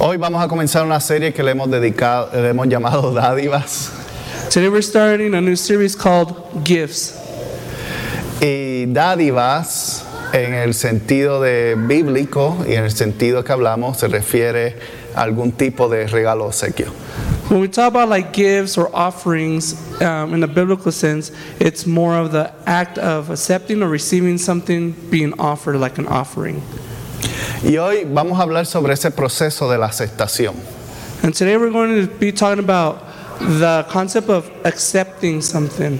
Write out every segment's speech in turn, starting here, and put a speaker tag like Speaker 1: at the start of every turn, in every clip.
Speaker 1: Hoy vamos a comenzar una serie que le hemos dedicado, le hemos llamado Dádivas.
Speaker 2: Today we're starting a new series called Gifts.
Speaker 1: Y dádivas, en el sentido de bíblico y en el sentido que hablamos, se refiere a algún tipo de regalo obsequio.
Speaker 2: When we talk about like gifts or offerings um, in the biblical sense, it's more of the act of accepting or receiving something being offered like an offering.
Speaker 1: Y hoy vamos a hablar sobre ese proceso de la aceptación.
Speaker 2: And today we're going to be talking about the concept of accepting something.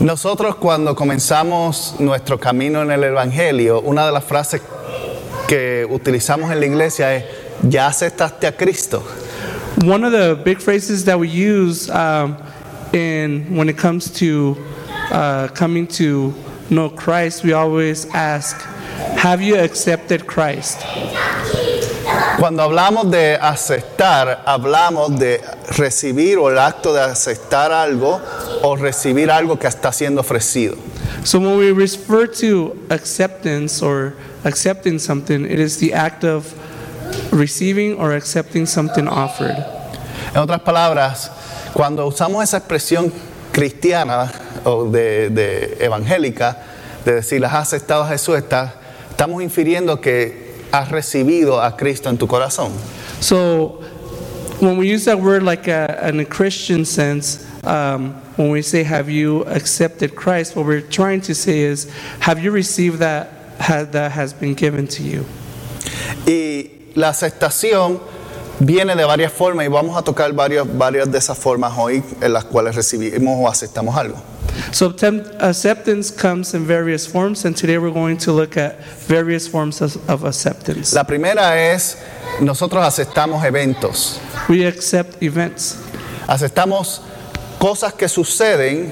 Speaker 1: Nosotros cuando comenzamos nuestro camino en el Evangelio, una de las frases que utilizamos en la iglesia es, ya aceptaste a Cristo.
Speaker 2: One of the big phrases that we use um, in when it comes to uh, coming to know Christ, we always ask, "Have you accepted Christ?"
Speaker 1: Cuando hablamos de aceptar, hablamos de recibir o el acto de aceptar algo o recibir algo que está siendo ofrecido.
Speaker 2: So when we refer to acceptance or accepting something, it is the act of receiving or accepting something offered.
Speaker 1: En otras palabras, cuando usamos esa expresión cristiana o de, de evangélica, de decir, has aceptado a Jesús, está- estamos infiriendo que has recibido a Cristo en tu corazón.
Speaker 2: So when we use that word like a, in a Christian sense, um, when we say "Have you accepted Christ?" what we're trying to say is, "Have you received that ha- that has been given to you?"
Speaker 1: Y la aceptación viene de varias formas y vamos a tocar varios, varias de esas formas hoy en las cuales recibimos o aceptamos algo.
Speaker 2: So tem- acceptance comes in various forms, and today we're going to look at various forms of, of acceptance.
Speaker 1: La primera es, nosotros aceptamos eventos,
Speaker 2: We accept events.
Speaker 1: aceptamos cosas que suceden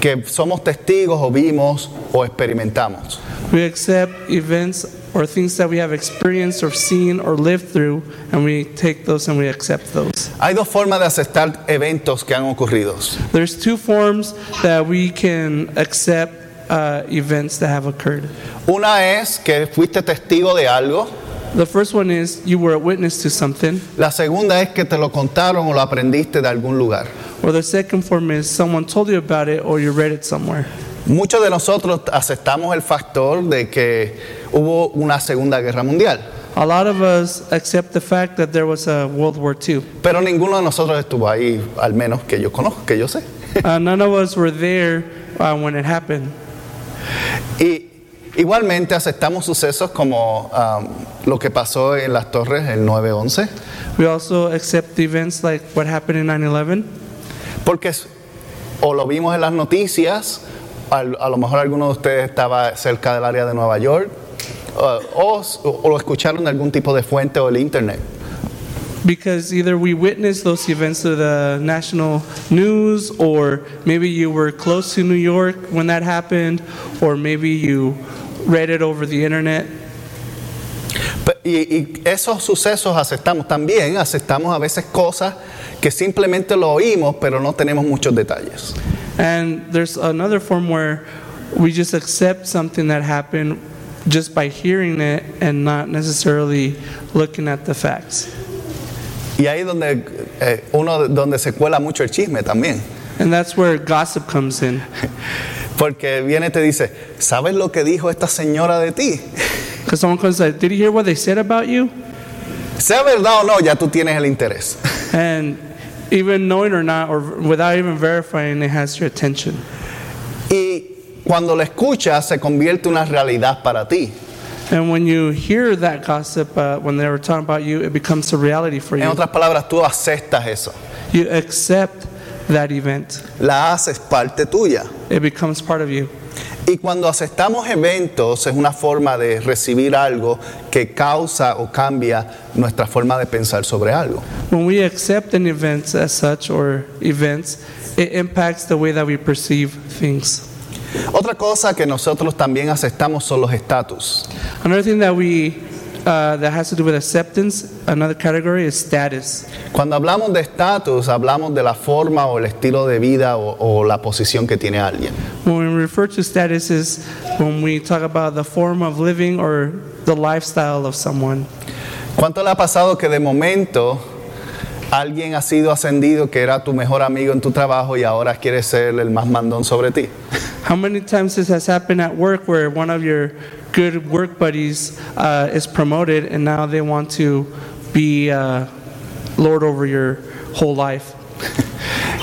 Speaker 1: que somos testigos o vimos o experimentamos.
Speaker 2: We accept events or things that we have experienced or seen or lived through, and we take those and we accept those.
Speaker 1: Hay dos formas de aceptar eventos que han ocurrido.
Speaker 2: There's two forms that we can accept uh, events that have occurred.
Speaker 1: Una es que fuiste testigo de algo,
Speaker 2: The first one is you were a witness to something,
Speaker 1: la segunda es que te lo contaron o lo aprendiste de algún lugar.
Speaker 2: or the second form is someone told you about it or you read it somewhere.
Speaker 1: Muchos de nosotros aceptamos el factor de que hubo una Segunda Guerra Mundial,
Speaker 2: A lot of us accept the fact that there was a World War II.
Speaker 1: pero ninguno de nosotros estuvo ahí, al menos que yo conozco, que yo sé.
Speaker 2: Uh, none of us were there uh, when it happened.
Speaker 1: Y igualmente aceptamos sucesos como um, lo que pasó en las torres el 9-11,
Speaker 2: We also accept events like what happened in 9 11.
Speaker 1: porque es- o lo vimos en las noticias, al- a lo mejor alguno de ustedes estaba cerca del área de Nueva York, uh, o, o- o lo escucharon de algún tipo de fuente o el internet.
Speaker 2: Because either we witnessed those events through the national news, or maybe you were close to New York when that happened, or maybe you read it over the internet.
Speaker 1: Pe- Y, y esos sucesos aceptamos también, aceptamos a veces cosas que simplemente lo oímos, pero no tenemos muchos detalles.
Speaker 2: And there's another form where we just accept something that happened just by hearing it and not necessarily looking at the facts.
Speaker 1: Y ahí es donde, eh, uno, donde se cuela mucho el chisme también.
Speaker 2: And that's where gossip comes in.
Speaker 1: Porque viene y te dice, ¿sabes lo que dijo esta señora de ti?
Speaker 2: Because someone comes like, Did you hear what they said about you?
Speaker 1: Sea verdad o no, ya tú tienes el interés.
Speaker 2: And even knowing or not, or without even verifying, it has your attention.
Speaker 1: Y cuando lo escuchas se convierte en una realidad para ti.
Speaker 2: And when you hear that gossip, uh, when they were talking about you, it becomes a reality for
Speaker 1: En
Speaker 2: you.
Speaker 1: otras palabras, tú aceptas eso.
Speaker 2: You accept that event,
Speaker 1: La haces parte tuya.
Speaker 2: it becomes part of you.
Speaker 1: Y cuando aceptamos eventos es una forma de recibir algo que causa o cambia nuestra forma de pensar sobre algo.
Speaker 2: When we accept an event as such or events, it impacts the way that we perceive things.
Speaker 1: Otra cosa que nosotros también aceptamos son los estatus.
Speaker 2: Another thing that we uh, that has to do with acceptance, another category is status.
Speaker 1: Cuando hablamos de estatus, hablamos de la forma o el estilo de vida o, o la posición que tiene alguien.
Speaker 2: When we refer to status is when we talk about the form of living or the lifestyle of someone.
Speaker 1: ¿Cuánto le ha pasado que de momento alguien ha sido ascendido que era tu mejor amigo en tu trabajo y ahora quiere ser el más mandón sobre ti?
Speaker 2: How many times this has happened at work where one of your good work buddies uh, is promoted and now they want to be uh, lord over your whole life?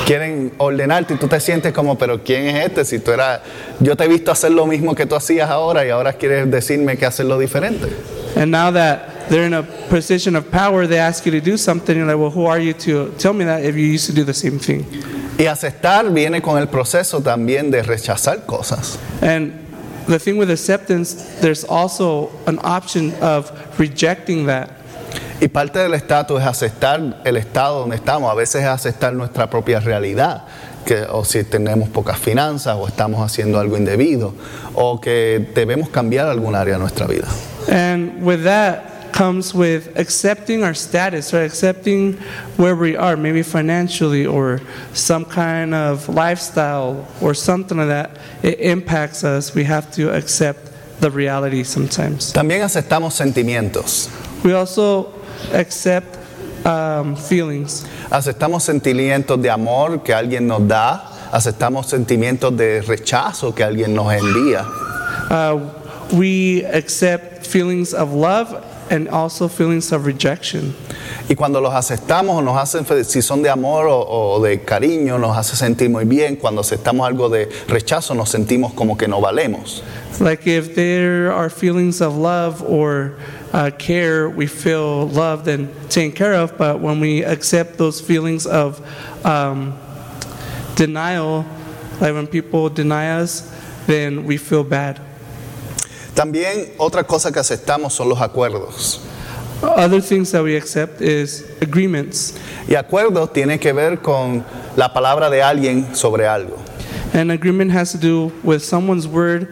Speaker 1: Quieren ordenarte y tú te sientes como, pero ¿quién es este? Si tú eras, yo te he visto hacer lo mismo que tú hacías ahora y ahora quieres decirme que hacerlo diferente.
Speaker 2: And now that they're in a position of power, they ask you to do something. You're like, well, who are you to tell me that if you used to do the same thing?
Speaker 1: Y aceptar viene con el proceso también de rechazar cosas.
Speaker 2: And the thing with acceptance, there's also an option of rejecting that.
Speaker 1: Y parte del estatus es aceptar el estado donde estamos. A veces es aceptar nuestra propia realidad, que, o si tenemos pocas finanzas, o estamos haciendo algo indebido, o que debemos cambiar algún área de nuestra vida.
Speaker 2: And with that comes with accepting our status or accepting where we are, maybe financially or some kind of lifestyle or something like that. It impacts us. We have to accept the reality sometimes.
Speaker 1: También aceptamos sentimientos.
Speaker 2: We also accept um, feelings.
Speaker 1: Aceptamos sentimientos de amor que alguien nos da. Aceptamos sentimientos de rechazo que alguien nos envía.
Speaker 2: Uh, we accept feelings of love and also feelings of rejection.
Speaker 1: Y cuando los aceptamos o nos hacen, fe- si son de amor o, o de cariño, nos hace sentir muy bien. Cuando aceptamos algo de rechazo, nos sentimos como que no valemos.
Speaker 2: Like if there are feelings of love or uh, care, we feel loved and taken care of. But when we accept those feelings of um, denial, like when people deny us, then we feel bad.
Speaker 1: También otra cosa que aceptamos son los acuerdos.
Speaker 2: Other things that we accept is agreements,
Speaker 1: Y acuerdos tiene que ver con la palabra de alguien sobre algo.
Speaker 2: and agreement has to do with someone's word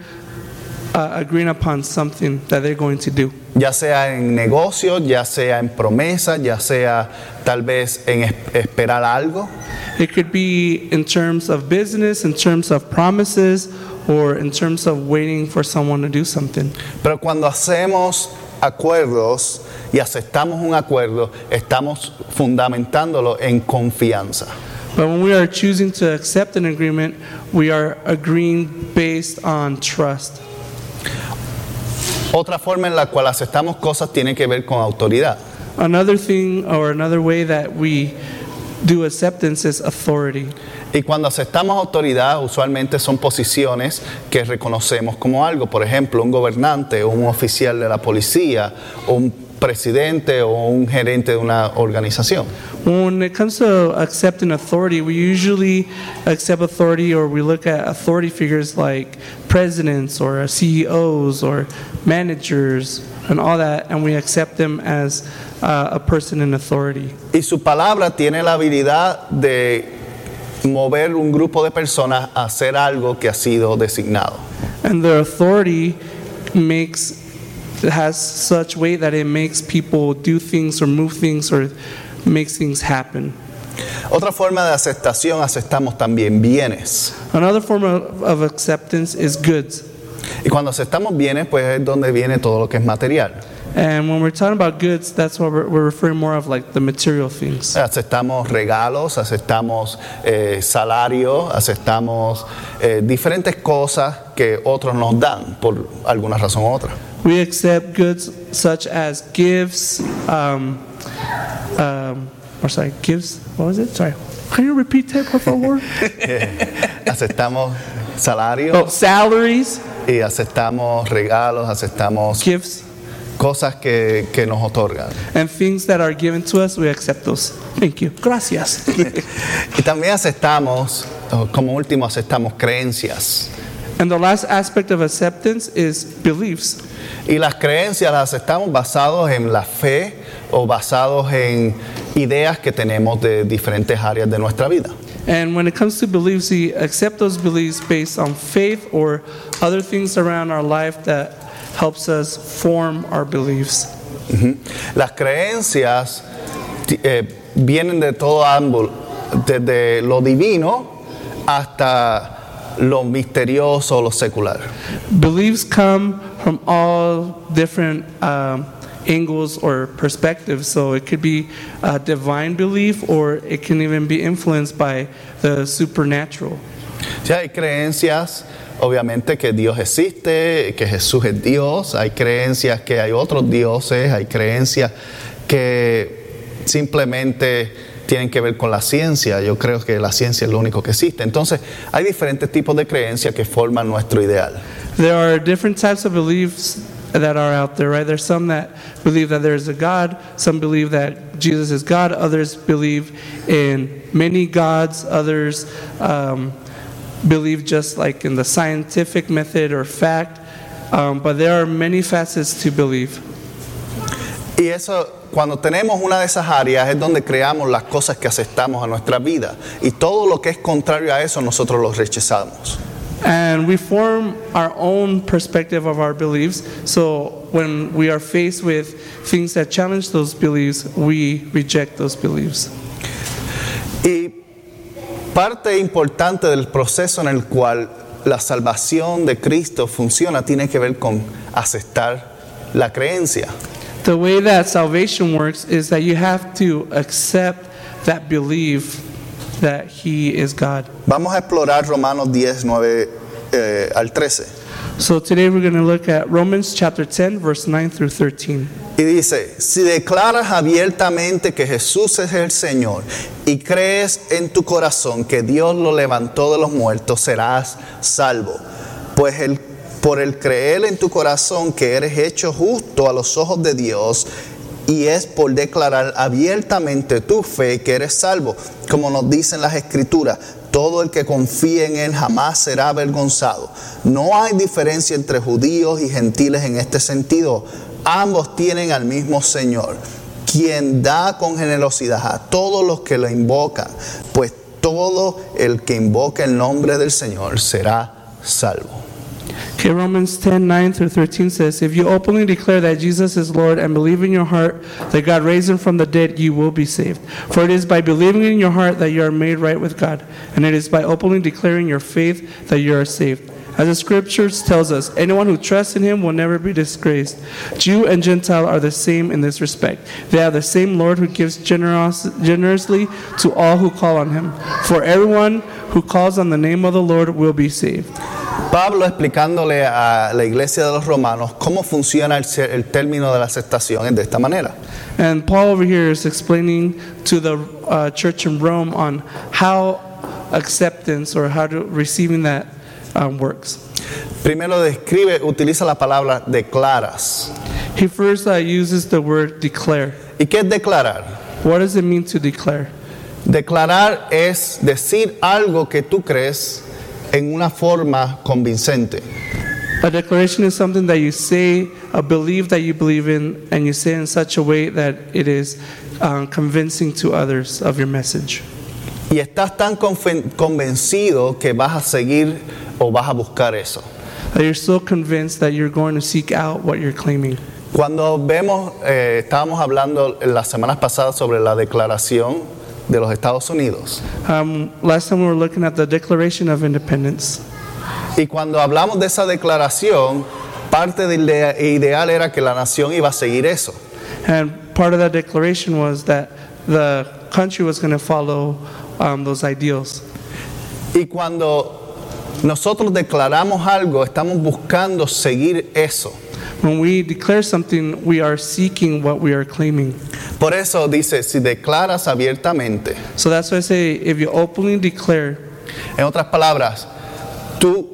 Speaker 2: uh, agreeing upon something that they're going to do.
Speaker 1: Ya sea en negocios, ya sea en promesas, ya sea tal vez en es- esperar algo.
Speaker 2: It could be in terms of business, in terms of promises, or in terms of waiting for someone to do something.
Speaker 1: Pero cuando hacemos acuerdos y aceptamos un acuerdo, estamos fundamentándolo en confianza.
Speaker 2: But when we are choosing to accept an agreement, we are agreeing based on trust.
Speaker 1: Otra forma en la cual aceptamos cosas tiene que ver con autoridad.
Speaker 2: Another thing, or another way that we do acceptance is authority.
Speaker 1: Y cuando aceptamos autoridad, usualmente son posiciones que reconocemos como algo. Por ejemplo, un gobernante, un oficial de la policía, un presidente o un gerente de una organización.
Speaker 2: When it comes to accepting authority, we usually accept authority or we look at authority figures like presidents or CEOs or managers and all that, and we accept them as uh, a person in authority.
Speaker 1: Y su palabra tiene la habilidad de mover un grupo de personas a hacer algo que ha sido designado.
Speaker 2: And their authority makes has such weight that it makes people do things or move things or makes things happen.
Speaker 1: Otra forma de aceptación, aceptamos también bienes.
Speaker 2: Another form of, of acceptance is goods.
Speaker 1: Y cuando aceptamos bienes, pues es donde viene todo lo que es material.
Speaker 2: And when we're talking about goods, that's what we're, we're referring more of like the material things.
Speaker 1: Aceptamos regalos, aceptamos eh, salario, aceptamos eh, diferentes cosas que otros nos dan por alguna razón u otra.
Speaker 2: We accept goods such as gifts, um, um, or sorry, gifts, what was it? Sorry. Can you repeat that, por favor?
Speaker 1: Aceptamos salario
Speaker 2: oh, salaries,
Speaker 1: y aceptamos regalos, aceptamos
Speaker 2: gifts,
Speaker 1: cosas que, que nos otorgan.
Speaker 2: and things that are given to us, we accept those. Thank you. Gracias.
Speaker 1: Y también aceptamos, o como último, aceptamos creencias.
Speaker 2: And the last aspect of acceptance is beliefs.
Speaker 1: Y las creencias las aceptamos basados en la fe o basados en ideas que tenemos de diferentes áreas de nuestra vida.
Speaker 2: And when it comes to beliefs, we accept those beliefs based on faith or other things around our life that helps us form our beliefs.
Speaker 1: Las creencias ti- eh, vienen de todo ámbito, desde lo divino hasta lo misterioso, lo secular.
Speaker 2: Beliefs come from all different um, angles or perspectives. So it could be a divine belief, or it can even be influenced by the supernatural.
Speaker 1: Sí, hay creencias, obviamente, que Dios existe, que Jesús es Dios, hay creencias que hay otros dioses, hay creencias que simplemente tienen que ver con la ciencia. Yo creo que la ciencia es lo único que existe. Entonces, hay diferentes tipos de creencias que forman nuestro ideal.
Speaker 2: There are different types of beliefs that are out there, right? There's some that believe that there is a God, some believe that Jesus is God, others believe in many gods, others um, believe just like in the scientific method or fact. Um, but there are many facets to belief.
Speaker 1: Y eso, cuando tenemos una de esas áreas, es donde creamos las cosas que aceptamos a nuestra vida. Y todo lo que es contrario a eso, nosotros lo rechazamos.
Speaker 2: And we form our own perspective of our beliefs. So when we are faced with things that challenge those beliefs, we reject those beliefs.
Speaker 1: Y parte importante del proceso en el cual la salvación de Cristo funciona tiene que ver con aceptar la creencia.
Speaker 2: The way that salvation works is that you have to accept that belief that He is God.
Speaker 1: Vamos a explorar Romanos 10, 9 eh, al 13.
Speaker 2: So today we're going to look at Romans chapter 10, verse 9 through 13.
Speaker 1: Y dice, si declaras abiertamente que Jesús es el Señor y crees en tu corazón que Dios lo levantó de los muertos, serás salvo. Pues el- por el creer en tu corazón que eres hecho justo a los ojos de Dios y es por declarar abiertamente tu fe que eres salvo, como nos dicen las escrituras. Todo el que confíe en Él jamás será avergonzado. No hay diferencia entre judíos y gentiles en este sentido. Ambos tienen al mismo Señor, quien da con generosidad a todos los que lo invocan, pues todo el que invoca el nombre del Señor será salvo.
Speaker 2: Okay, Romans 10, 9 through 13 says, If you openly declare that Jesus is Lord and believe in your heart that God raised him from the dead, you will be saved. For it is by believing in your heart that you are made right with God, and it is by openly declaring your faith that you are saved. As the scriptures tells us, anyone who trusts in him will never be disgraced. Jew and Gentile are the same in this respect. They have the same Lord who gives generos- generously to all who call on him. For everyone who calls on the name of the Lord will be saved.
Speaker 1: Pablo explicándole a la iglesia de los romanos cómo funciona el, ser- el término de la aceptación es de esta manera.
Speaker 2: And Paul over here is explaining to the uh, church in Rome on how acceptance or how to receiving that um, works.
Speaker 1: Primero describe, utiliza la palabra declaras.
Speaker 2: He first uh, uses the word declare.
Speaker 1: ¿Y qué es declarar?
Speaker 2: What does it mean to declare?
Speaker 1: Declarar es decir algo que tú crees en una forma convincente.
Speaker 2: A declaration is something that you say, a belief that you believe in, and you say in such a way that it is um, convincing to others of your message.
Speaker 1: Y estás tan conven- convencido que vas a seguir o vas a buscar eso.
Speaker 2: That you're so convinced that you're going to seek out what you're claiming.
Speaker 1: Cuando vemos, eh, estábamos hablando en las semanas pasadas sobre la declaración de los Estados Unidos.
Speaker 2: Um, last time we were looking at the Declaration of Independence.
Speaker 1: Y cuando hablamos de esa declaración, parte del ide- ideal era que la nación iba a seguir eso.
Speaker 2: And part of that declaration was that the country was going to follow um, those ideals.
Speaker 1: Y cuando nosotros declaramos algo, estamos buscando seguir eso.
Speaker 2: When we declare something, we are seeking what we are claiming.
Speaker 1: Por eso dice, si declaras abiertamente,
Speaker 2: So that's why I say if you openly declare,
Speaker 1: en otras palabras, tú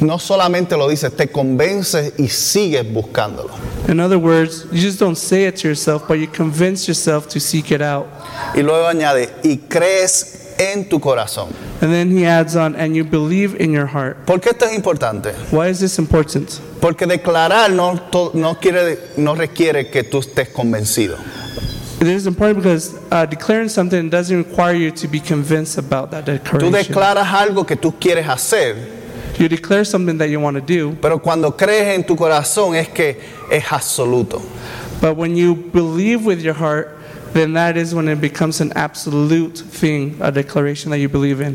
Speaker 1: no solamente lo dices, te convences y sigues buscándolo.
Speaker 2: in other words, you just don't say it to yourself, but you convince yourself to seek it out.
Speaker 1: Y luego añade, y crees en tu corazón.
Speaker 2: And then he adds on, and you believe in your heart.
Speaker 1: ¿Por qué esto es importante?
Speaker 2: Why is this important?
Speaker 1: Porque declarar no, to- no, quiere, no requiere que tú estés convencido.
Speaker 2: It is important because uh, declaring something doesn't require you to be convinced about that
Speaker 1: Tú
Speaker 2: declaration.
Speaker 1: declaras algo que tú quieres hacer,
Speaker 2: You declare something that you want to do,
Speaker 1: pero cuando crees en tu corazón es que es absoluto.
Speaker 2: but when you believe with your heart, then that is when it becomes an absolute thing, a declaration that you believe in.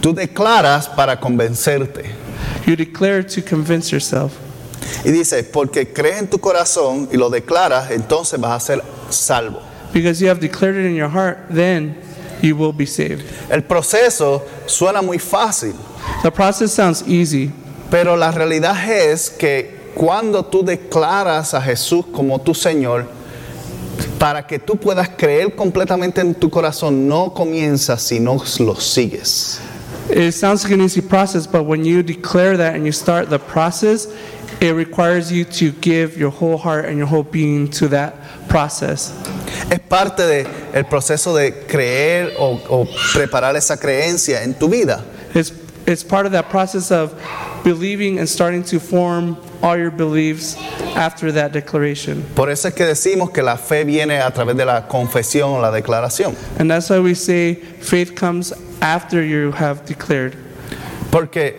Speaker 1: Tú declaras para convencerte.
Speaker 2: You declare to convince yourself.
Speaker 1: Y dice, porque crees en tu corazón y lo declaras, entonces vas a ser salvo.
Speaker 2: Because you have declared it in your heart, then you will be saved.
Speaker 1: El proceso suena muy fácil,
Speaker 2: The process sounds easy,
Speaker 1: pero la realidad es que cuando tú declaras a Jesús como tu Señor, para que tú puedas creer completamente en tu corazón, no comienzas si no lo sigues.
Speaker 2: It sounds like an easy process, but when you declare that and you start the process, it requires you to give your whole heart and your whole being to that process.
Speaker 1: Es parte del proceso de creer o, o preparar esa creencia en tu vida.
Speaker 2: It's, it's part of that process of believing and starting to form all your beliefs after that declaration.
Speaker 1: Por eso es que decimos que la fe viene a través de la confesión o la declaración.
Speaker 2: And that's why we say faith comes after you have declared.
Speaker 1: Porque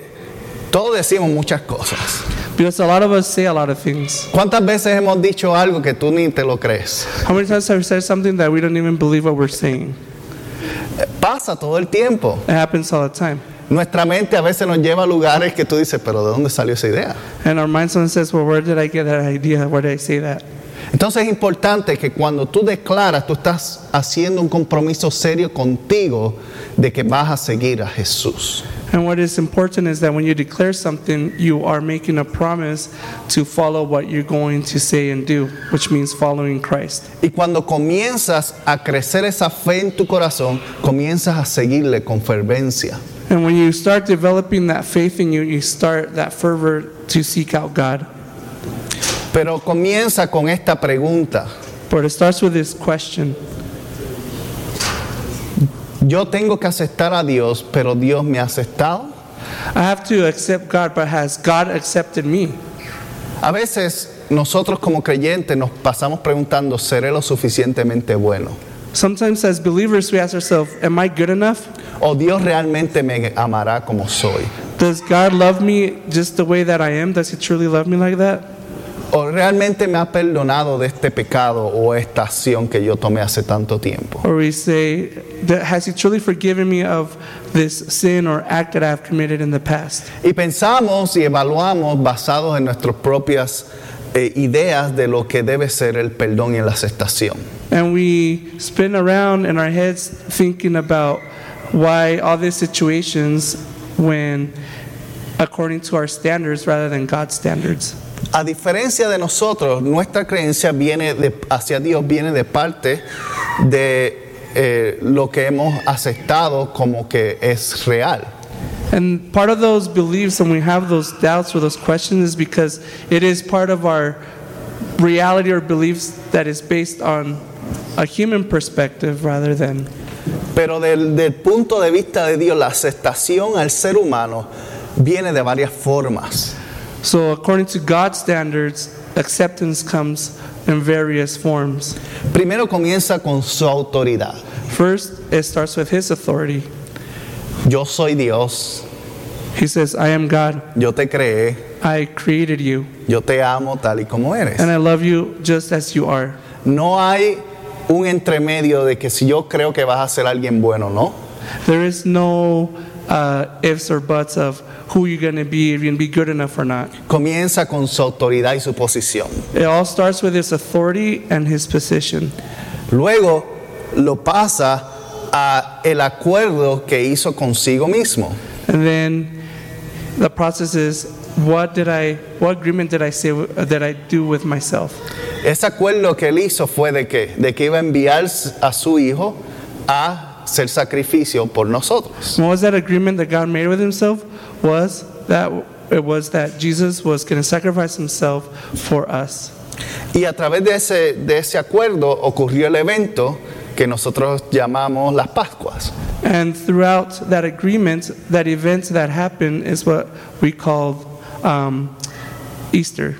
Speaker 1: todos decimos muchas cosas.
Speaker 2: Because a lot of us say a lot of things.
Speaker 1: ¿Cuántas veces hemos dicho algo que tú ni te lo crees?
Speaker 2: How many times have we said something that we don't even believe what we're saying?
Speaker 1: Pasa todo el tiempo.
Speaker 2: It happens all the time.
Speaker 1: Nuestra mente a veces nos lleva a lugares que tú dices, pero ¿de dónde salió esa idea?
Speaker 2: And our mind sometimes says, well, where did I get that idea? Where did I say that?
Speaker 1: Entonces es importante que cuando tú declaras, tú estás haciendo un compromiso serio contigo de que vas a seguir a Jesús.
Speaker 2: And what is important is that when you declare something, you are making a promise to follow what you're going to say and do, which means following Christ.
Speaker 1: Y cuando comienzas a crecer esa fe en tu corazón, comienzas a seguirle con fervencia.
Speaker 2: And when you start developing that faith in you, you start that fervor to seek out God.
Speaker 1: Pero comienza con esta pregunta.
Speaker 2: But it starts with this question
Speaker 1: Yo tengo que aceptar a Dios, pero Dios me ha aceptado.
Speaker 2: I have to accept God, but has God accepted me?
Speaker 1: A veces nosotros como creyentes nos pasamos preguntando, ¿seré lo suficientemente bueno?
Speaker 2: Sometimes, as believers, we ask ourselves, Am I good enough?
Speaker 1: ¿O Dios realmente me amará como soy?
Speaker 2: Does God love me just the way that I am? Does He truly love me like that?
Speaker 1: ¿O realmente me ha perdonado de este pecado o esta acción que yo tomé hace tanto tiempo?
Speaker 2: or we say, that Has He truly forgiven me of this sin or act that I have committed in the past?
Speaker 1: Y pensamos y evaluamos basados en nuestras propias eh, ideas de lo que debe ser el perdón y la aceptación.
Speaker 2: And we spin around in our heads thinking about why all these situations when according to our standards rather than God's standards.
Speaker 1: A diferencia de nosotros, nuestra creencia viene de- hacia Dios, viene de parte de eh, lo que hemos aceptado como que es real.
Speaker 2: And part of those beliefs and we have those doubts or those questions is because it is part of our reality or beliefs that is based on a human perspective rather than
Speaker 1: Pero del, del punto de vista de Dios, la aceptación al ser humano viene de varias formas.
Speaker 2: So, according to God's standards, acceptance comes in various forms.
Speaker 1: Primero comienza con su autoridad.
Speaker 2: First, it starts with His authority.
Speaker 1: Yo soy Dios,
Speaker 2: He says, I am God,
Speaker 1: yo te creé,
Speaker 2: I created you,
Speaker 1: yo te amo tal y como eres.
Speaker 2: and I love you just as you are.
Speaker 1: No hay un entremedio de que si yo creo que vas a ser alguien bueno, ¿no?
Speaker 2: There is no uh, ifs or buts of who you're going to be, if you're going to be good enough or not.
Speaker 1: Comienza con su autoridad y su posición.
Speaker 2: It all starts with His authority and His position.
Speaker 1: Luego lo pasa a el acuerdo que hizo consigo mismo.
Speaker 2: And then the process is what did I, what agreement did I say, w- that I do with myself?
Speaker 1: Ese acuerdo que él hizo fue de que, de que iba a enviar a su hijo a ser sacrificio por nosotros.
Speaker 2: What was that agreement that God made with himself? Was that it was that Jesus was going to sacrifice himself for us.
Speaker 1: Y a través de ese, de ese acuerdo ocurrió el evento que nosotros llamamos las Pascuas.
Speaker 2: And throughout that agreement, that event that happened is what we call um, Easter.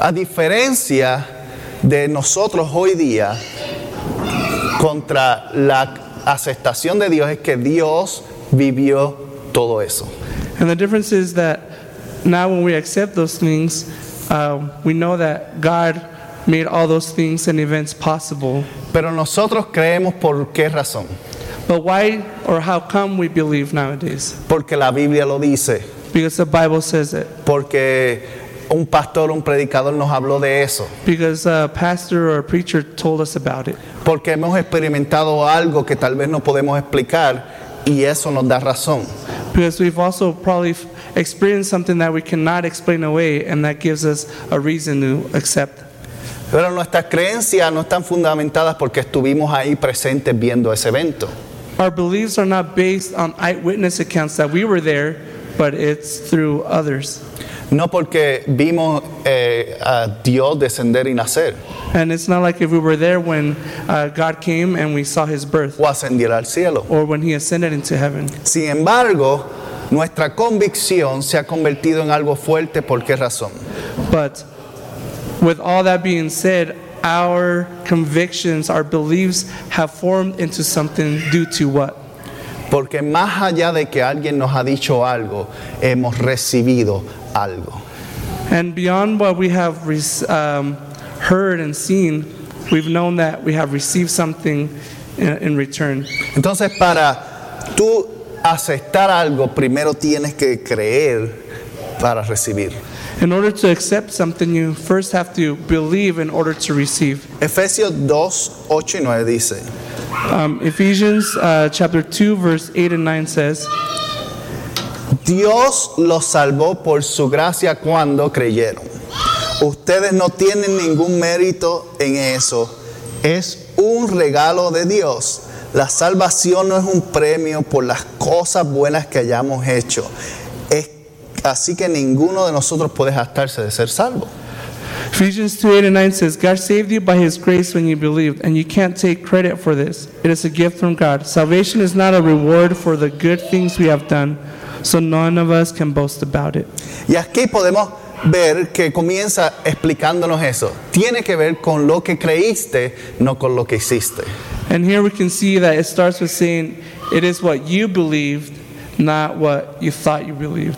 Speaker 1: A diferencia de nosotros hoy día, contra la aceptación de Dios es que Dios vivió todo eso.
Speaker 2: And the difference is that now when we accept those things, uh, we know that God made all those things and events possible.
Speaker 1: Pero nosotros creemos por qué razón.
Speaker 2: But why or how come we believe nowadays?
Speaker 1: Porque la Biblia lo dice,
Speaker 2: Because the Bible says it.
Speaker 1: porque un pastor, un predicador nos habló de eso,
Speaker 2: Because a pastor or a preacher told us about it.
Speaker 1: porque hemos experimentado algo que tal vez no podemos explicar y eso nos da razón.
Speaker 2: Because we've also probably f- experienced something that we cannot explain away, and that gives us a reason to accept.
Speaker 1: Pero nuestras creencias no están fundamentadas porque estuvimos ahí presentes viendo ese evento.
Speaker 2: Our beliefs are not based on eyewitness accounts that we were there, but it's through others.
Speaker 1: No porque vimos eh, a Dios descender y nacer
Speaker 2: And it's not like if we were there when uh, God came and we saw his birth
Speaker 1: o ascender al cielo.
Speaker 2: or when he ascended into heaven.
Speaker 1: Sin embargo, nuestra convicción se ha convertido en algo fuerte. ¿Por qué razón?
Speaker 2: But with all that being said, our convictions, our beliefs have formed into something due to what?
Speaker 1: Porque más allá de que alguien nos ha dicho algo, hemos recibido algo.
Speaker 2: And beyond what we have rec- um, heard and seen, we've known that we have received something in, in return.
Speaker 1: Entonces, para tú aceptar algo, primero tienes que creer para recibir.
Speaker 2: In order to accept something, you first have to believe in order to receive.
Speaker 1: Efesios 2, 8 y 9 dice,
Speaker 2: Um, Ephesians uh, chapter 2, verse 8 and 9 says,
Speaker 1: Dios los salvó por su gracia cuando creyeron. Ustedes no tienen ningún mérito en eso. Es un regalo de Dios. La salvación no es un premio por las cosas buenas que hayamos hecho. Es- así que ninguno de nosotros puede jactarse de ser salvo.
Speaker 2: Ephesians 2 8 and 9 says, God saved you by his grace when you believed, and you can't take credit for this. It is a gift from God. Salvation is not a reward for the good things we have done, so none of us can boast about it.
Speaker 1: Y aquí podemos ver que comienza explicándonos eso. Tiene que ver con lo que creíste, no con lo que hiciste.
Speaker 2: And here we can see that it starts with saying, It is what you believed, not what you thought you believed.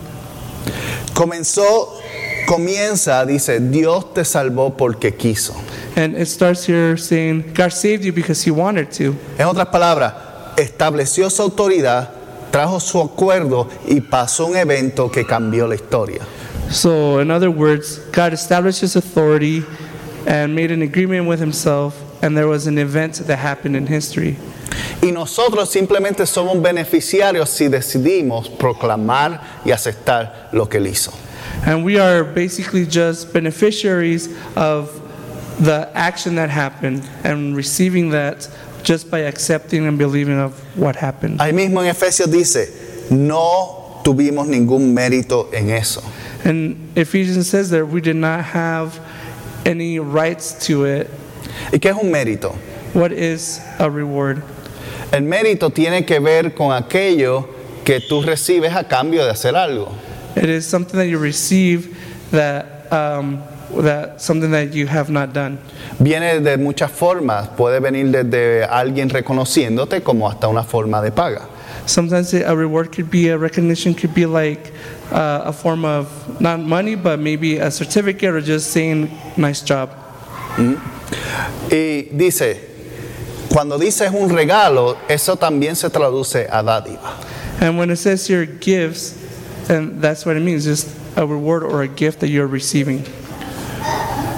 Speaker 1: Comenzó, comienza, dice, Dios te salvó porque quiso.
Speaker 2: And it starts here saying, God saved you because he wanted to.
Speaker 1: En otras palabras, estableció su autoridad, trajo su acuerdo y pasó un evento que cambió la historia.
Speaker 2: So, in other words, God established his authority and made an agreement with himself, and there was an event that happened in history.
Speaker 1: Y nosotros simplemente somos beneficiarios si decidimos proclamar y aceptar lo que él hizo.
Speaker 2: And we are basically just beneficiaries of the action that happened and receiving that just by accepting and believing of what happened.
Speaker 1: Ahí mismo en Efesios dice, no tuvimos ningún mérito en eso.
Speaker 2: And Ephesians says that we did not have any rights to it.
Speaker 1: ¿Y qué es un mérito?
Speaker 2: What is a reward?
Speaker 1: El mérito tiene que ver con aquello que tú recibes a cambio de hacer algo.
Speaker 2: It is something that you receive that, um, that something that you have not done.
Speaker 1: Viene de muchas formas, puede venir desde alguien reconociéndote como hasta una forma de paga.
Speaker 2: Sometimes a reward could be a recognition, could be like uh, a form of not money, but maybe a certificate or just saying nice job.
Speaker 1: Y dice, cuando dices un regalo, eso también se traduce a dádiva.
Speaker 2: And when it says here gifts, and that's what it means, just a reward or a gift that you're receiving.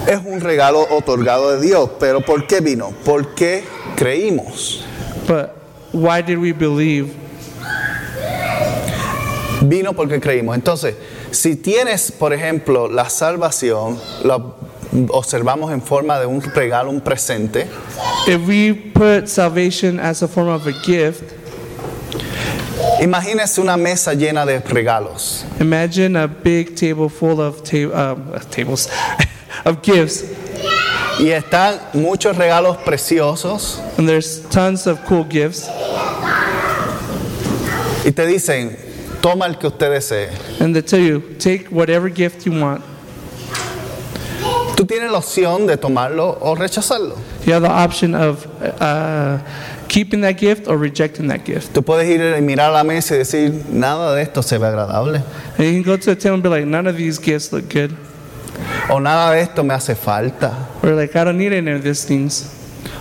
Speaker 1: Es un regalo otorgado de Dios, pero ¿por qué vino? Porque creímos.
Speaker 2: But why did we believe?
Speaker 1: Vino porque creímos. Entonces, si tienes, por ejemplo, la salvación, la observamos en forma de un regalo, un presente,
Speaker 2: If we put salvation as a form of a gift,
Speaker 1: imagínese una mesa llena de regalos.
Speaker 2: imagine a big table full of ta- um, tables, of gifts.
Speaker 1: Y están muchos regalos preciosos.
Speaker 2: And there's tons of cool gifts.
Speaker 1: Y te dicen, toma el que usted desee.
Speaker 2: And they tell you, take whatever gift you want.
Speaker 1: Tú tienes la opción de tomarlo o rechazarlo.
Speaker 2: You have the option of uh, keeping that gift or rejecting that gift.
Speaker 1: Tú puedes ir y mirar a la mesa y decir, nada de esto se ve agradable.
Speaker 2: And you can go to the table and be like, none of these gifts look good.
Speaker 1: O nada de esto me hace falta.
Speaker 2: Or like, I don't need any of these things.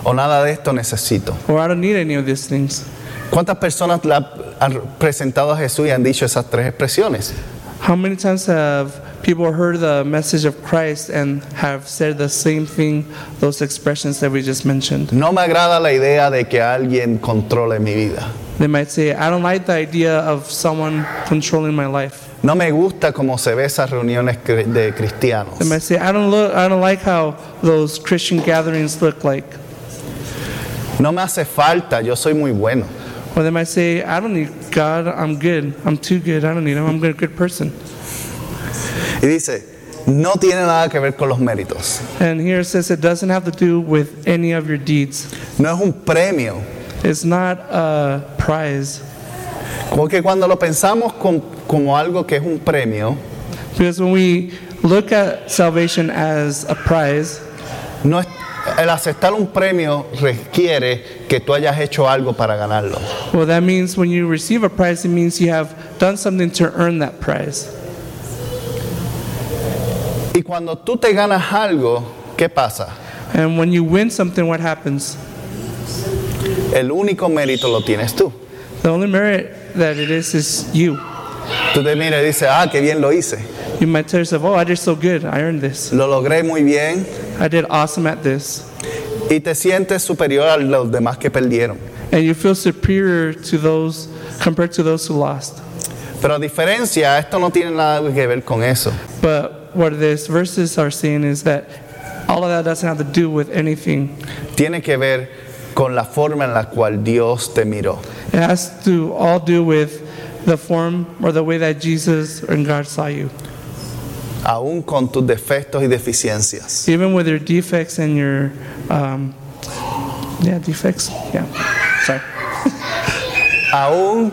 Speaker 1: O nada de esto necesito.
Speaker 2: Or I don't need any of these things.
Speaker 1: ¿Cuántas personas le han presentado a Jesús y han dicho esas tres expresiones?
Speaker 2: How many times have people heard the message of Christ and have said the same thing, those expressions that we just mentioned?
Speaker 1: No me agrada la idea de que alguien controle mi vida.
Speaker 2: They might say, I don't like the idea of someone controlling my life.
Speaker 1: No me gusta cómo se ve esas reuniones cre- de cristianos.
Speaker 2: They might say, I don't look, I don't like how those Christian gatherings look like.
Speaker 1: No me hace falta, yo soy muy bueno.
Speaker 2: Or they might say, I don't need God, I'm good, I'm too good, I don't need him, I'm a good person.
Speaker 1: Y dice, no tiene nada que ver con los méritos.
Speaker 2: And here it says it doesn't have to do with any of your deeds.
Speaker 1: No es un premio.
Speaker 2: It's not a prize.
Speaker 1: Porque cuando lo pensamos con- como algo que es un premio,
Speaker 2: Because when we look at salvation as a prize,
Speaker 1: no es- el aceptar un premio requiere que tú hayas hecho algo para ganarlo.
Speaker 2: well, that means when you receive a prize, it means you have done something to earn that prize.
Speaker 1: Y cuando tú te ganas algo, ¿qué pasa?
Speaker 2: And when you win something, what happens?
Speaker 1: El único mérito lo tienes tú.
Speaker 2: The only merit that it is is you.
Speaker 1: Tú te miras y dices, ah, qué bien lo hice.
Speaker 2: You might tell yourself, oh, I did so good, I earned this,
Speaker 1: Lo logré muy bien
Speaker 2: I did awesome at this.
Speaker 1: y te sientes superior a los demás que perdieron.
Speaker 2: And you feel superior to those compared to those who lost.
Speaker 1: Pero a diferencia, esto no tiene nada que ver con eso.
Speaker 2: But what these verses are saying is that all of that doesn't have to do with anything.
Speaker 1: Tiene que ver con la forma en la cual Dios te miró.
Speaker 2: It has to all do with the form or the way that Jesus and God saw you.
Speaker 1: aún con tus defectos y deficiencias.
Speaker 2: Even with your defects and your, um, yeah, defects. Yeah. Sorry.
Speaker 1: Aún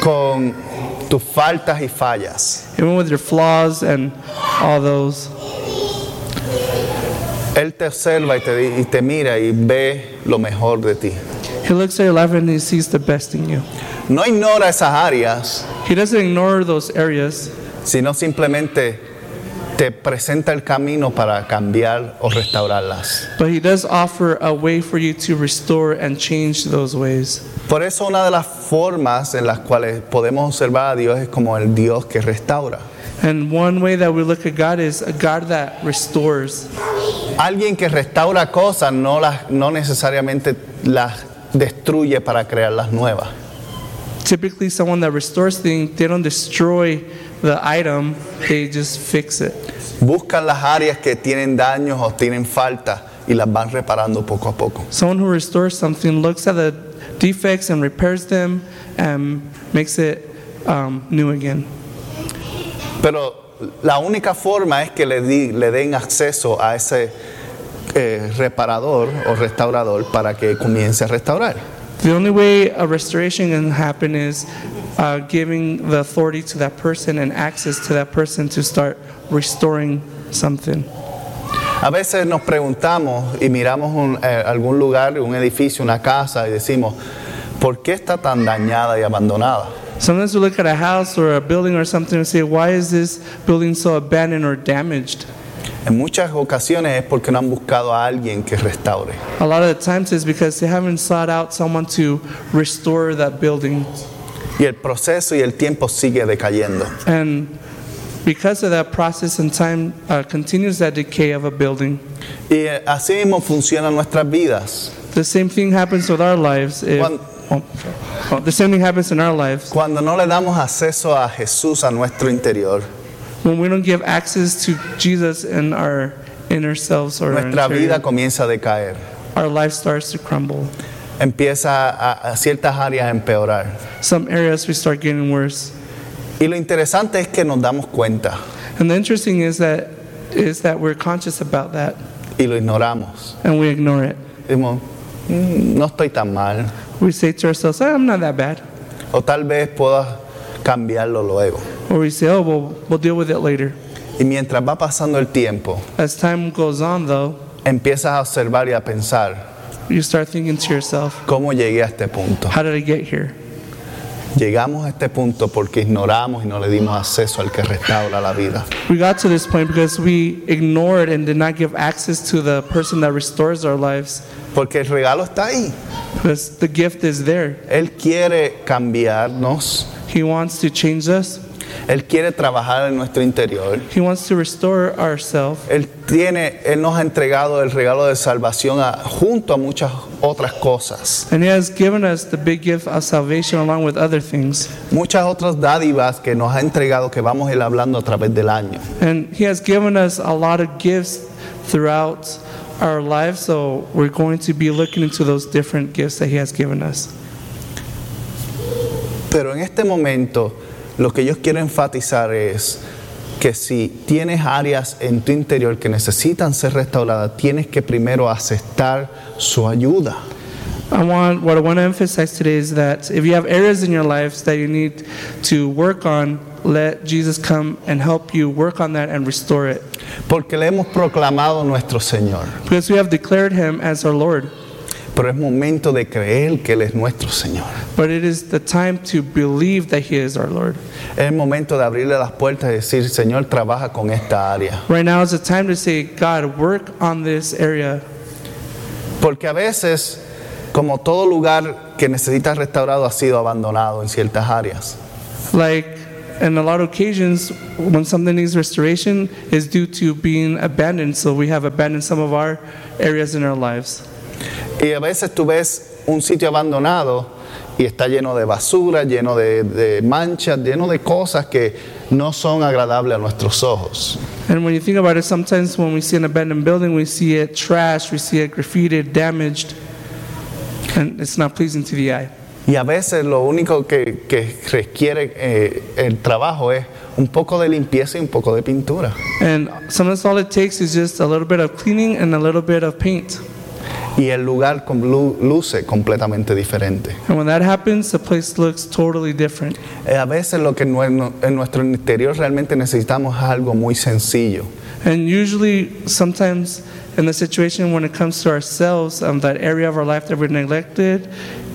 Speaker 1: con tus faltas y fallas.
Speaker 2: Even with your flaws and all those.
Speaker 1: Él te observa y te, di- y te mira y ve lo mejor de ti.
Speaker 2: He looks at your life and he sees the best in you.
Speaker 1: No ignora esas áreas,
Speaker 2: He doesn't ignore those areas,
Speaker 1: sino simplemente te presenta el camino para cambiar o restaurarlas.
Speaker 2: but he does offer a way for you to restore and change those ways.
Speaker 1: Por eso una de las formas en las cuales podemos observar a Dios es como el Dios que restaura.
Speaker 2: And one way that we look at God is a God that restores.
Speaker 1: Alguien que restaura cosas no, las, no necesariamente las destruye para crearlas nuevas.
Speaker 2: Typically, someone that restores things, they don't destroy the item, they just fix it.
Speaker 1: Buscan las áreas que tienen daños o tienen faltas y las van reparando poco a poco.
Speaker 2: Someone who restores something looks at the defects and repairs them and makes it um, new again.
Speaker 1: Pero la única forma es que le, di- le den acceso a ese eh, reparador o restaurador para que comience a restaurar.
Speaker 2: The only way a restoration can happen is uh, giving the authority to that person and access to that person to start restoring something.
Speaker 1: A veces nos preguntamos y miramos un- eh, algún lugar, un edificio, una casa y decimos, ¿por qué está tan dañada y abandonada?
Speaker 2: Sometimes we look at a house or a building or something and say, why is this building so abandoned or damaged?
Speaker 1: En muchas ocasiones es porque no han buscado a alguien que restaure.
Speaker 2: A lot of the times it's because they haven't sought out someone to restore that building.
Speaker 1: Y el proceso y el tiempo sigue decayendo.
Speaker 2: And because of that process and time uh, continues that decay of a building.
Speaker 1: Y eh, así mismo funcionan nuestras vidas.
Speaker 2: The same thing happens with our lives. If,
Speaker 1: Cuan-
Speaker 2: oh, oh, the same thing happens in our lives.
Speaker 1: Cuando no le damos acceso a Jesús a nuestro interior,
Speaker 2: When we don't give access to Jesus in our inner selves or our,
Speaker 1: nuestra vida
Speaker 2: interior,
Speaker 1: comienza a decaer.
Speaker 2: our life starts to crumble.
Speaker 1: Empieza a, a ciertas áreas a empeorar.
Speaker 2: Some areas we start getting worse.
Speaker 1: Y lo interesante es que nos damos cuenta
Speaker 2: And the interesting is that is that we're conscious about that.
Speaker 1: y lo ignoramos.
Speaker 2: and we ignore it.
Speaker 1: Decimos, "Mm, no estoy tan mal.
Speaker 2: We say to ourselves, "Ah, I'm not that bad.
Speaker 1: O tal vez puedas cambiarlo luego.
Speaker 2: Or we say, oh, well, we'll deal with it later.
Speaker 1: Y mientras va pasando el tiempo,
Speaker 2: As time goes on, though,
Speaker 1: empiezas a observar y a pensar,
Speaker 2: you start thinking to yourself,
Speaker 1: ¿cómo llegué a este punto?
Speaker 2: how did I get here?
Speaker 1: Llegamos a este punto porque ignoramos y no le dimos acceso al que restaura la vida.
Speaker 2: We got to this point because we ignored and did not give access to the person that restores our lives
Speaker 1: Porque el regalo está ahí.
Speaker 2: because the gift is there.
Speaker 1: Él quiere cambiarnos,
Speaker 2: He wants to change us,
Speaker 1: Él quiere trabajar en nuestro interior.
Speaker 2: He wants to restore ourselves.
Speaker 1: Él, tiene, él nos ha entregado el regalo de salvación a- junto a muchas otras cosas,
Speaker 2: And He has given us the big gift of salvation along with other things.
Speaker 1: muchas otras dádivas que nos ha entregado que vamos a ir hablando a través del año.
Speaker 2: And He has given us a lot of gifts throughout our lives, so we're going to be looking into those different gifts that He has given us.
Speaker 1: Pero en este momento lo que yo quiero enfatizar es que si tienes áreas en tu interior que necesitan ser restauradas, tienes que primero aceptar su ayuda.
Speaker 2: I want what I want to emphasize today is that if you have areas in your lives that you need to work on, let Jesus come and help you work on that and restore it.
Speaker 1: Porque le hemos proclamado a nuestro Señor,
Speaker 2: Because we have declared him as our Lord,
Speaker 1: pero es momento de creer que Él es nuestro Señor.
Speaker 2: but it is the time to believe that he is our Lord.
Speaker 1: Es el momento de abrirle las puertas y decir, Señor, trabaja con esta área.
Speaker 2: Right now is the time to say, God, work on this area.
Speaker 1: Porque a veces, como todo lugar que necesita restaurado ha sido abandonado en ciertas áreas.
Speaker 2: Like in a lot of occasions, when something needs restoration, is due to being abandoned. So we have abandoned some of our areas in our lives.
Speaker 1: Y a veces tú ves un sitio abandonado y está lleno de basura, lleno de, de manchas, lleno de cosas que no son agradables a nuestros ojos.
Speaker 2: And when you think about it, sometimes when we see an abandoned building, we see it trashed, we see it graffitied, damaged, and it's not pleasing to the eye.
Speaker 1: Y a veces lo único que, que requiere eh, el trabajo es un poco de limpieza y un poco de pintura.
Speaker 2: And sometimes all it takes is just a little bit of cleaning and a little bit of paint.
Speaker 1: Y el lugar con- lu- luce completamente diferente.
Speaker 2: And when that happens, the place looks totally different.
Speaker 1: Eh, a veces lo que en nue- en nuestro interior realmente necesitamos es algo muy sencillo.
Speaker 2: And usually, sometimes in the situation when it comes to ourselves, um, that area of our life that we neglected,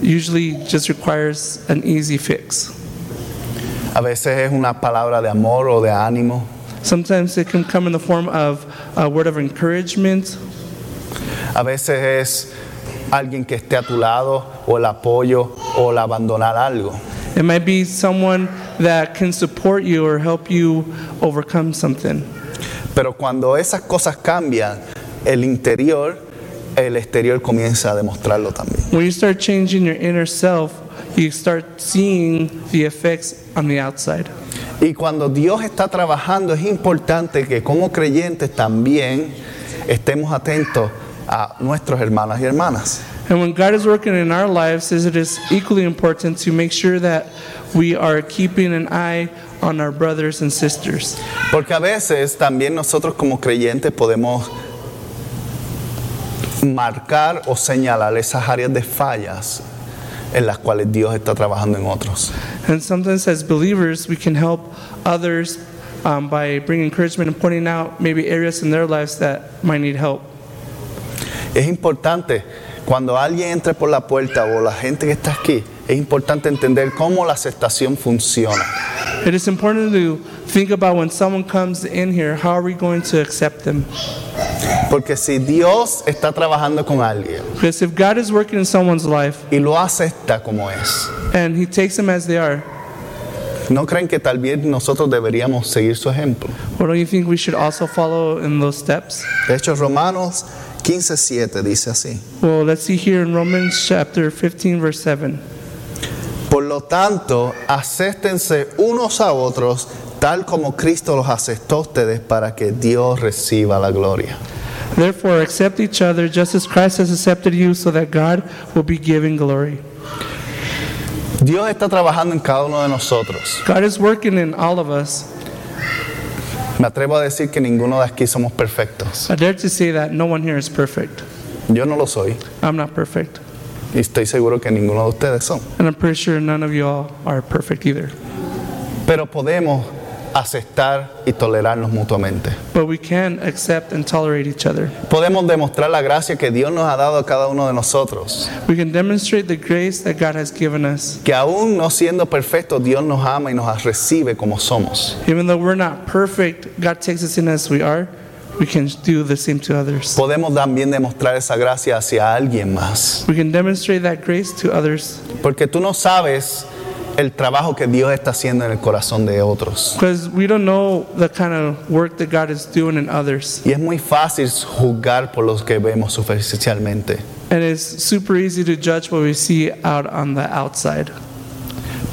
Speaker 2: usually just requires an easy fix.
Speaker 1: A veces es una palabra de amor o de ánimo.
Speaker 2: Sometimes it can come in the form of a word of encouragement,
Speaker 1: A veces es alguien que esté a tu lado o el apoyo o el abandonar algo.
Speaker 2: It might be someone that can support you or help you overcome something.
Speaker 1: Pero cuando esas cosas cambian, el interior, el exterior comienza a demostrarlo también.
Speaker 2: When you start changing your inner self, you start seeing the effects on the outside.
Speaker 1: Y cuando Dios está trabajando, es importante que como creyentes también estemos atentos a nuestros hermanos y hermanas.
Speaker 2: And when God is working in our lives, it is equally important to make sure that we are keeping an eye on our brothers and sisters.
Speaker 1: Porque a veces también nosotros como creyentes podemos marcar o señalar esas áreas de fallas en las cuales Dios está trabajando en otros.
Speaker 2: And sometimes, as believers, we can help others um, by bringing encouragement and pointing out maybe areas in their lives that might need help.
Speaker 1: Es importante cuando alguien entre por la puerta o la gente que está aquí, es importante entender cómo la aceptación funciona.
Speaker 2: It is important to think about when someone comes in here, how are we going to accept them?
Speaker 1: Porque si Dios está trabajando con alguien
Speaker 2: Because if God is working in someone's life
Speaker 1: y lo acepta como es,
Speaker 2: and He takes them as they are,
Speaker 1: ¿no creen que tal vez nosotros deberíamos seguir su ejemplo?
Speaker 2: well, don't you think we should also follow in those steps?
Speaker 1: De hecho, Romanos 15:7 dice así.
Speaker 2: Well, let's see here in Romans chapter 15, verse 7.
Speaker 1: Por lo tanto, acéstense unos a otros tal como Cristo los aceptó a ustedes para que Dios reciba la gloria.
Speaker 2: Therefore, accept each other just as Christ has accepted you, so that God will be given glory.
Speaker 1: Dios está trabajando en cada uno de nosotros.
Speaker 2: God is working in all of us,
Speaker 1: Me atrevo a decir que ninguno de aquí somos perfectos.
Speaker 2: I dare to say that no one here is perfect.
Speaker 1: Yo no lo soy
Speaker 2: I'm not perfect.
Speaker 1: y estoy seguro que ninguno de ustedes son.
Speaker 2: And I'm pretty sure none of you all are perfect either.
Speaker 1: Pero podemos aceptar y tolerarnos mutuamente.
Speaker 2: But we can accept and tolerate each other.
Speaker 1: Podemos demostrar la gracia que Dios nos ha dado a cada uno de nosotros.
Speaker 2: We can demonstrate the grace that God has given us.
Speaker 1: Que aún no siendo perfectos, Dios nos ama y nos recibe como somos.
Speaker 2: Even though we're not perfect, God takes us in as we are. We can do the same to others.
Speaker 1: Podemos también demostrar esa gracia hacia alguien más.
Speaker 2: We can demonstrate that grace to others
Speaker 1: Porque tú no sabes el trabajo que Dios está haciendo en el corazón de otros.
Speaker 2: because we don't know the kind of work that God is doing in others.
Speaker 1: Y es muy fácil juzgar por los que vemos superficialmente.
Speaker 2: And it's super easy to judge what we see out on the outside.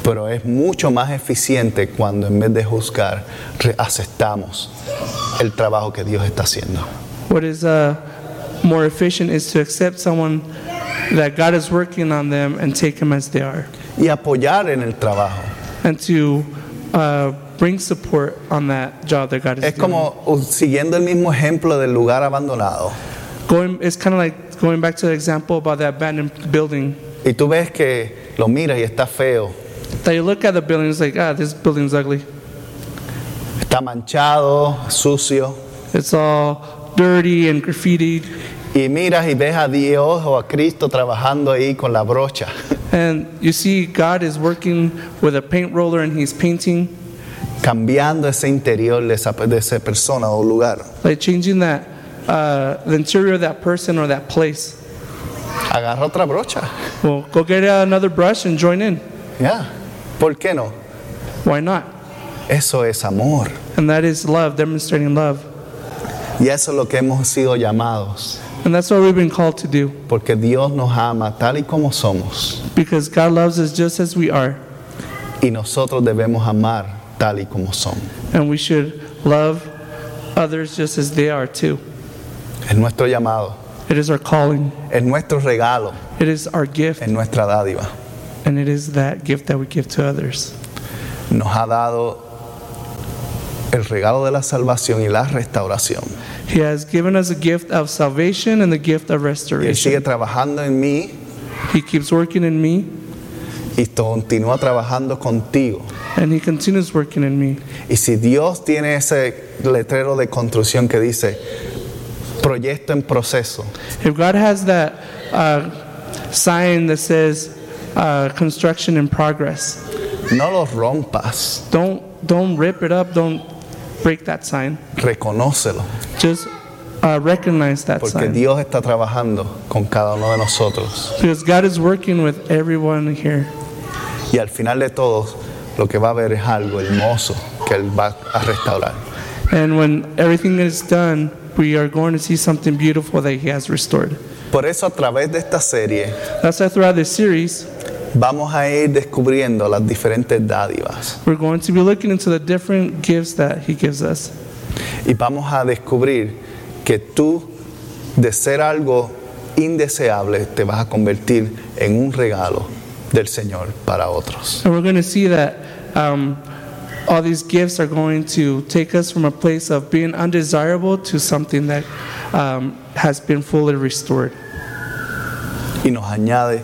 Speaker 1: Pero es mucho más eficiente cuando en vez de juzgar, re- aceptamos el trabajo que Dios está haciendo.
Speaker 2: What is uh, more efficient is to accept someone that God is working on them and take them as they are,
Speaker 1: Y apoyar en el trabajo.
Speaker 2: and to uh, bring support on that job that God is
Speaker 1: Es
Speaker 2: doing.
Speaker 1: como uh, siguiendo el mismo ejemplo del lugar abandonado.
Speaker 2: Going, it's kind of like going back to the example about the abandoned building.
Speaker 1: Y tú ves que lo miras y está feo,
Speaker 2: That you look at the building, it's like, ah, this building's ugly.
Speaker 1: está manchado, sucio.
Speaker 2: It's all dirty and graffitied.
Speaker 1: Y miras y ves a Dios o a Cristo trabajando ahí con la brocha.
Speaker 2: And you see God is working with a paint roller and he's painting,
Speaker 1: cambiando ese interior de esa, de esa persona o lugar,
Speaker 2: like changing that, uh, the interior of that person or that place.
Speaker 1: agarra otra brocha.
Speaker 2: Well, go get another brush and join in.
Speaker 1: Ya. ¿Por qué no?
Speaker 2: Why not?
Speaker 1: Eso es amor.
Speaker 2: And that is love, demonstrating love.
Speaker 1: Y eso es lo que hemos sido llamados.
Speaker 2: And that's what we've been called to do
Speaker 1: Porque Dios nos ama tal y como somos.
Speaker 2: because God loves us just as we are.
Speaker 1: Y nosotros debemos amar tal y como somos.
Speaker 2: And we should love others just as they are too.
Speaker 1: Es nuestro llamado.
Speaker 2: It is our calling,
Speaker 1: Es nuestro regalo.
Speaker 2: it is our gift,
Speaker 1: Es nuestra dádiva.
Speaker 2: and it is that gift that we give to others.
Speaker 1: Nos ha dado el regalo de la salvación y la restauración.
Speaker 2: He has given us a gift of salvation and the gift of
Speaker 1: Y Él sigue
Speaker 2: restoration.
Speaker 1: trabajando en mí
Speaker 2: He keeps working in me
Speaker 1: y continúa trabajando contigo.
Speaker 2: and he continues working in me.
Speaker 1: Y si Dios tiene ese letrero de construcción que dice proyecto en proceso,
Speaker 2: If God has that uh, sign that says uh, construction in progress,
Speaker 1: no lo rompas,
Speaker 2: don't don't rip it up. Don't break that sign.
Speaker 1: reconócelo,
Speaker 2: Just uh, recognize that
Speaker 1: porque
Speaker 2: sign
Speaker 1: Dios está trabajando con cada uno de nosotros.
Speaker 2: because God is working with everyone here,
Speaker 1: Y al final de todo, lo que va a haber es algo hermoso que Él va a restaurar.
Speaker 2: and when everything is done, we are going to see something beautiful that He has restored.
Speaker 1: Por eso a través de esta serie
Speaker 2: That's why throughout this series,
Speaker 1: vamos a ir descubriendo las diferentes dádivas
Speaker 2: we're going to be looking into the different gifts that He gives us,
Speaker 1: y vamos a descubrir que tú de ser algo indeseable te vas a convertir en un regalo del Señor para otros.
Speaker 2: and we're going to see that. Um, all these gifts are going to take us from a place of being undesirable to something that um, has been fully restored.
Speaker 1: Y nos añade